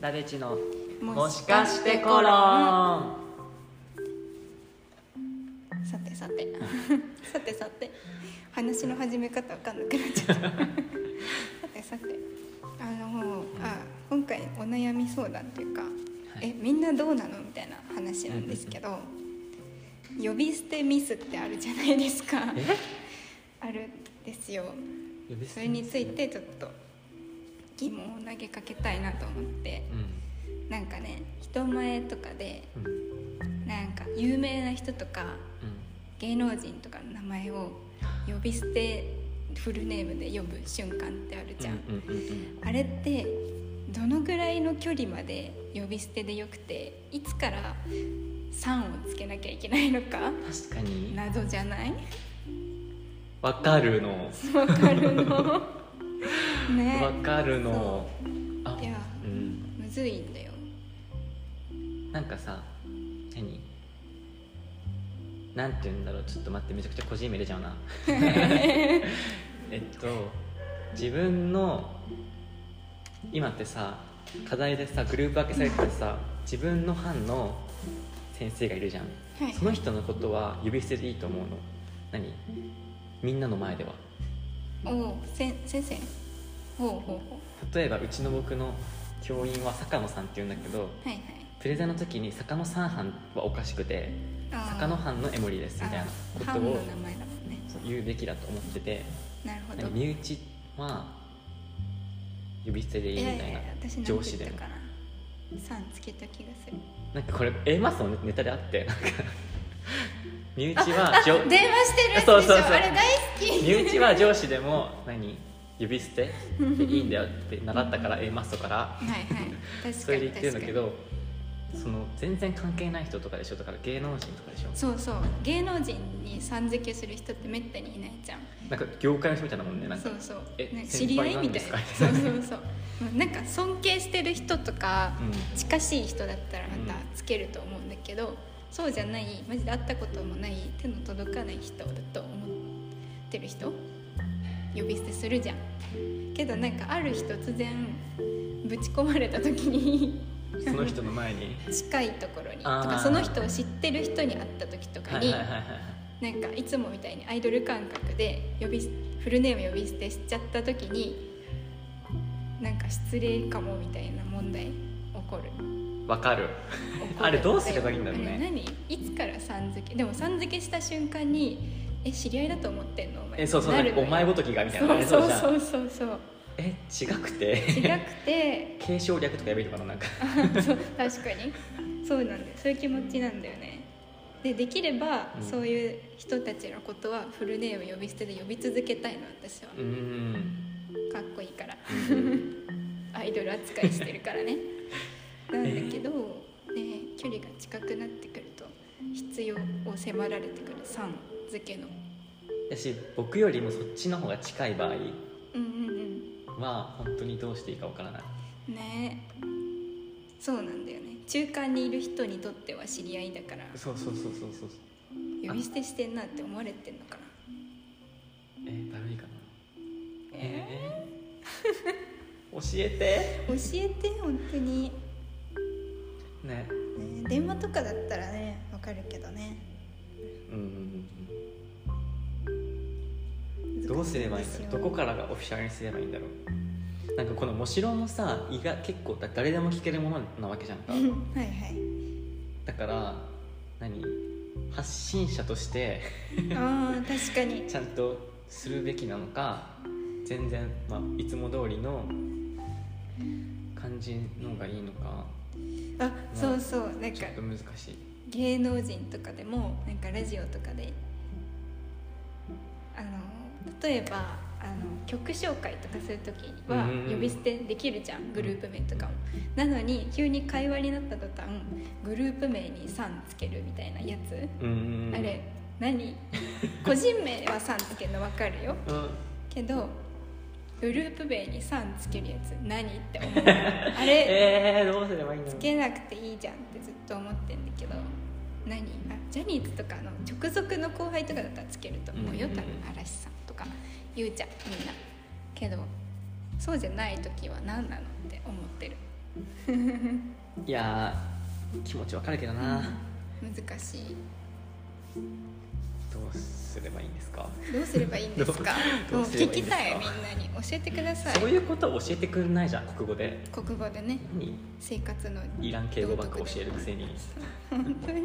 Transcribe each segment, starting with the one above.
タデチのももししかかししててココロロンンさてさ てさてさて話の始め方わかんなくなっちゃったさてさてあのあ今回お悩み相談というか、はいえみんなどうなのみたいな話なんですけど、呼び捨てミスってあるじゃないですかえあるんですよ呼び捨そてれについてちょっと疑問を投げかけたいなと思ってうんなんかね人前とかでうんうんなんか有名な人とか芸能人とかの名前を呼び捨てフルネームで呼ぶ瞬間ってあるじゃん、うんうんうんあれってどのぐらいの距離まで呼び捨てでよくていつから「さん」をつけなきゃいけないの かうん確かに謎じゃないわかるのわかる のねわかるのあいやうんむずいんだよなんかさ何なんて言うんだろうちょっと待ってめちゃくちゃ個人名出ちゃうなえっと自分の今ってさ課題でさグループ分けされててさ自分の班の先生がいるじゃんはいその人のことは指捨てでいいと思うの何みんなの前ではおうせ先生ほうほうほ例えばうちの僕の教員は坂野さんって言うんだけうどはいはいプレゼンの時に坂野さん班はおかしくてあー坂野班のエモリですみたいなあこと班のを名前だもんねそう言うべきだと思っててなるほど何身内は呼び捨てでいいみたいな上司でもからさんつけた気がするなんかこれ A マスのネタであってなんか身内は電話上してるやつでしょそうそうそうあれ大好き 身内は上司でも何指捨てでいいんだよって習ったから A マストからはいはい確かにそれで言ってるんだけ確かどその全然関係ない人とかでしょだから芸能人とかでしょにそうそう芸能人にさん付けする人ってめったにいないじゃんなんか業界の人みたいなもんねなんかそうそうえね知先り合輩いなみんたでいすなかそう そうそうなんか尊敬してる人とかうん近しい人だったらまたうんつけると思うんだけど、そうじゃないマジで会ったこともない手の届かない人だと思ってる人呼び捨てするじゃんけどなんかある日突然ぶち込まれた時にその人の前に 近いところにとあーかその人を知ってる人に会った時とかはいはいにはいはいなんかいつもみたいにアイドル感覚で呼びフルネーム呼び捨てしちゃった時になんか失礼かもみたいな問題起こるわかる あれどうすればいいんだろうねあれ何いつからさん付けでもさん付けした瞬間に「え知り合いだと思ってんのお前」えそうそうななんるかのおよ前ごときがみたいな感じそうじゃそんうそうそうえ違くそう違てくて継承略とかやめるのかななんか そう確かにそうなんだよそういう気持ちなんだよねでできれば、うんそういう人たちのことはフルネーム呼び捨てで呼び続けたいの私はうーんかっこいいから アイドル扱いしてるからねなんだけど、ね、距離が近くなってくると必要を迫られてくる「さん」付けのやし僕よりもそっちの方が近い場う合んうんは本当にどうしていいかわからないうんねそうなんだよね中間にいる人にとっては知り合いだからそうそうそうそうそう呼び捨てしてんなって思われてんのかなえー、だるいかなえー 教え教えて本当に、てねね、電話とかだったらねわかるけどねうんうんうんどうすればいいんだろうどこからがオフィシャルにすればいいんだろうなんかこの「もしろ」もさ意が結構だ誰でも聞けるものなわけじゃ んか はいはいだから何発信者としてああ確かにちゃんとするべきなのか全然、まあ、いつも通りの感じのがいいのかあそうそうなんちかょっと難しい芸能人とかでもなんかラジオとかであの例えばあの曲紹介とかする時はうんうんうん呼び捨てできるじゃんグループ名とかもなのに急に会話になった途端グループ名に「さん」つけるみたいなやつ、うんうんうんあれ何個人名は「さん」つけるの分かるようんけどグループ名に「さん」つけるやつ何って思うあれ えー、どうすればいいんだろつうけなくていいじゃんってずっと思ってんだけど何あジャニーズとかの直属の後輩とかだったらつけると思うようん多うんうん分嵐さんとかゆうちゃんみんなけどそうじゃない時は何なのって思ってるいやー気持ちわかるけどな、難しいどうすればいいんですかどうすればいいんですか どもううすれ聞ばいきいんですかたいみんなに教えてくださいそういうことを教えてくんないじゃん国語で国語でね何生活のいらん敬語ばっか教えるくせに本当に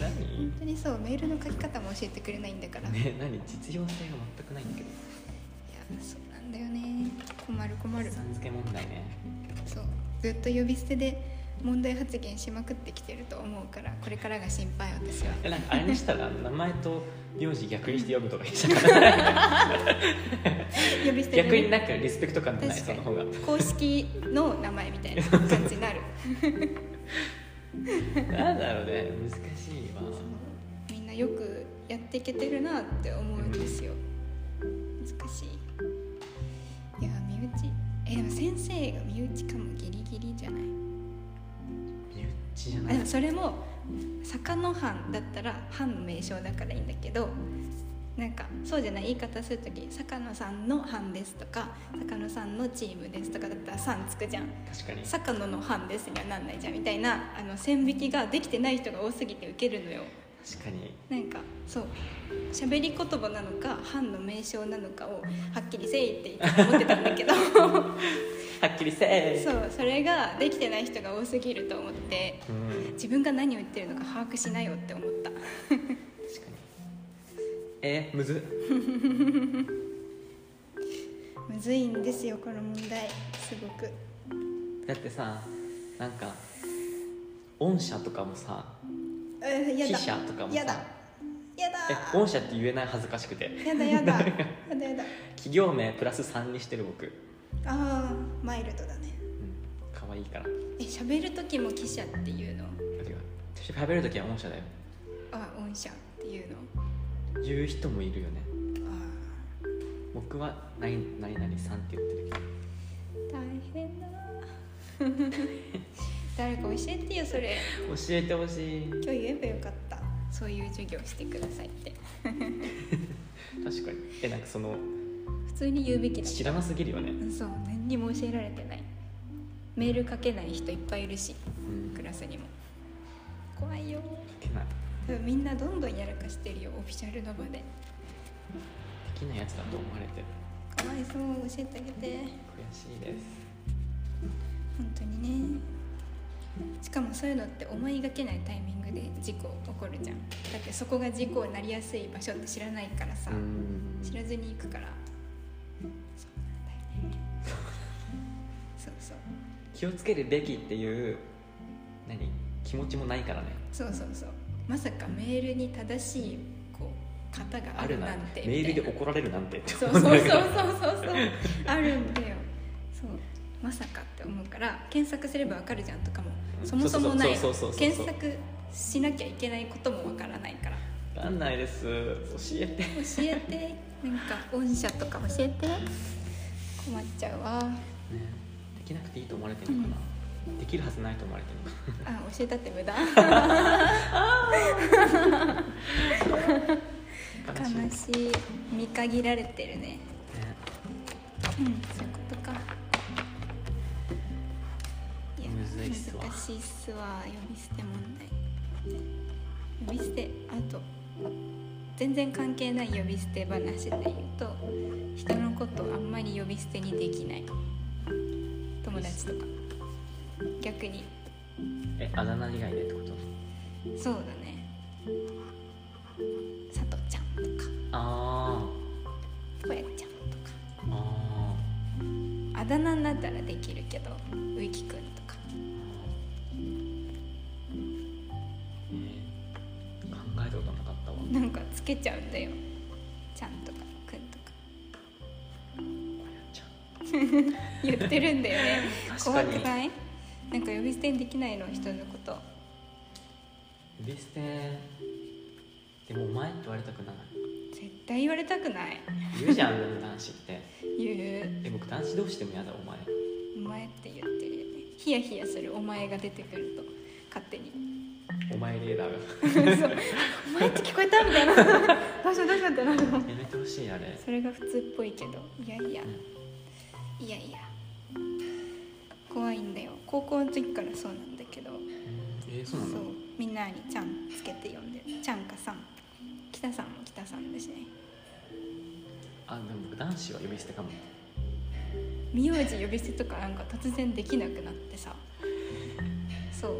何本当にそうメールの書き方も教えてくれないんだから、いやね何実用性が全くないんだけどそうなんだよね困る困るさん付け問題ねそうずっと呼び捨てで問題発言しまくってきてると思うからこれからが心配私 はえなんかあれにしたら名前と名字逆にして読むとかいいじゃ ん呼び捨てでね逆になんかリスペクト感のない確そかの方がに公式の名前みたいな感じになるなんだろうね難しいわみんなよくやっていけてるなって思うんですよ難しいいや身内えでも先生が身内かもギリギリじゃない身内じゃあないでもそれも坂の藩だったら藩の名称だからいいんだけどなんかそうじゃない言い方する時坂野さんの藩ですとか坂野さんのチームですとかだったら「さん」つくじゃん確かに坂野の藩ですにはなんないじゃんみたいなあの線引きができてない人が多すぎてウケるのよ確かになんかそう喋り言葉なのか藩の名称なのかをはっきりせいって言って思ってたんだ けどはっきりせえそうそれができてない人が多すぎると思ってうん自分が何を言ってるのか把握しないよって思った確かにえむずっむずいんですよこの問題すごくだってさなんか御社とかもさえやだ死者とかもさやだやだえ御社って言えない恥ずかしくてやだ やだやだやだ企業名プラス3にしてる僕、あーマイルドだねうん、可愛いからえ喋る時も記者っていうのあれは食べる時は御社だよあ御社っていうの言う人もいるよねあ僕は何何々さんって言ってるけどー大変だ 誰か教えてよそれ教えてほしい今日言えばよかったそういう授業してくださいって確かにえなんかその普通に言うべきだ知らなすぎるよね、うんそう何にも教えられてないメール書けない人いっぱいいるしうん、クラスにも怖いよ書けない多分みんなどんどんやらかしてるよオフィシャルの場でできないやつだと思われてるかわいそう教えてあげて悔しいです本当にねしかもそういうのって思いがけないタイミングで事故起こるじゃんだってそこが事故になりやすい場所って知らないからさ、うん知らずに行くからそうなんだよねそうそう気をつけるべきっていう何気持ちもないからねそうそうそうまさかメールに正しいこう型がああるるななんてメールでみたいな怒られるなんてってそうそうそ思んうだそうけそうどそうあるんだよそうまさかって思うから検索すればわかるじゃんとかもうんそもそもないそうそうそうそうそう検索しなきゃいけないこともわからないからわかんないです教えて教えてなんか御社とか教えて困っちゃうわねできなくていいと思われてるのかな、できるはずないと思われてるのかなあ教えたって無駄 悲しい悲しい見限られてるねねうんそういうことかいやむずいっすわ難しいっすわ呼び捨て問題呼び捨てあと全然関係ない呼び捨て話で言うと人のことあんまり呼び捨てにできない友達とか逆にえあだ名以外でってことそうだねさとちゃんとかあこやちゃんとかーああだ名になったらできるけどウイキくんとかー、ね考えたことなかったわなんかつけちゃうんだよちゃんとかくんとかちゃん言ってるんだよね確か怖にくないなんか呼び捨てにできないの人のこと呼び捨てでもお前って言われたくない絶対言われたくない言うじゃん男子って言うえ僕男子同士でも嫌だお前お前って言ってるよねヒヤヒヤするお前が出てくると勝手にお前レーダーそがうお前って聞こえたみたいな どうしようどうしようってなるのやめてほしいあれそれが普通っぽいけどいやいやうんいやいや怖いんだよ高校の時からそうなんだけどえー、そうなんだみんなにちゃんつけて呼んでるちゃんかさん北さんも北さんだしねあでも僕男子は呼び捨てかも名字呼び捨てとかなんか突然できなくなってさそう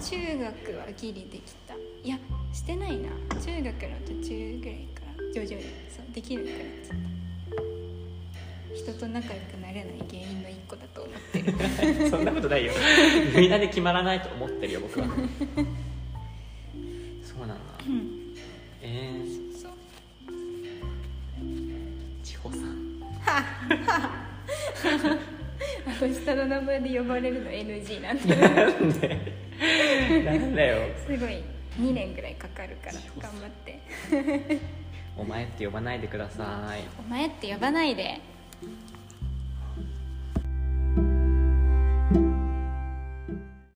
中学はギリできたいやしてないな中学の途中ぐらいから徐々にそうできるようになっちゃった人と仲良くなれない原因の一個だと思ってる そんなこと ないよみんなで決まらないと思ってるよ僕はそうなんだうんえー、そう千穂さんあの下の名前で呼ばれるの NG なんてなんでなんだよすごい2年ぐらいかかるから頑張ってお前って呼ばないでくださいお前って呼ばないで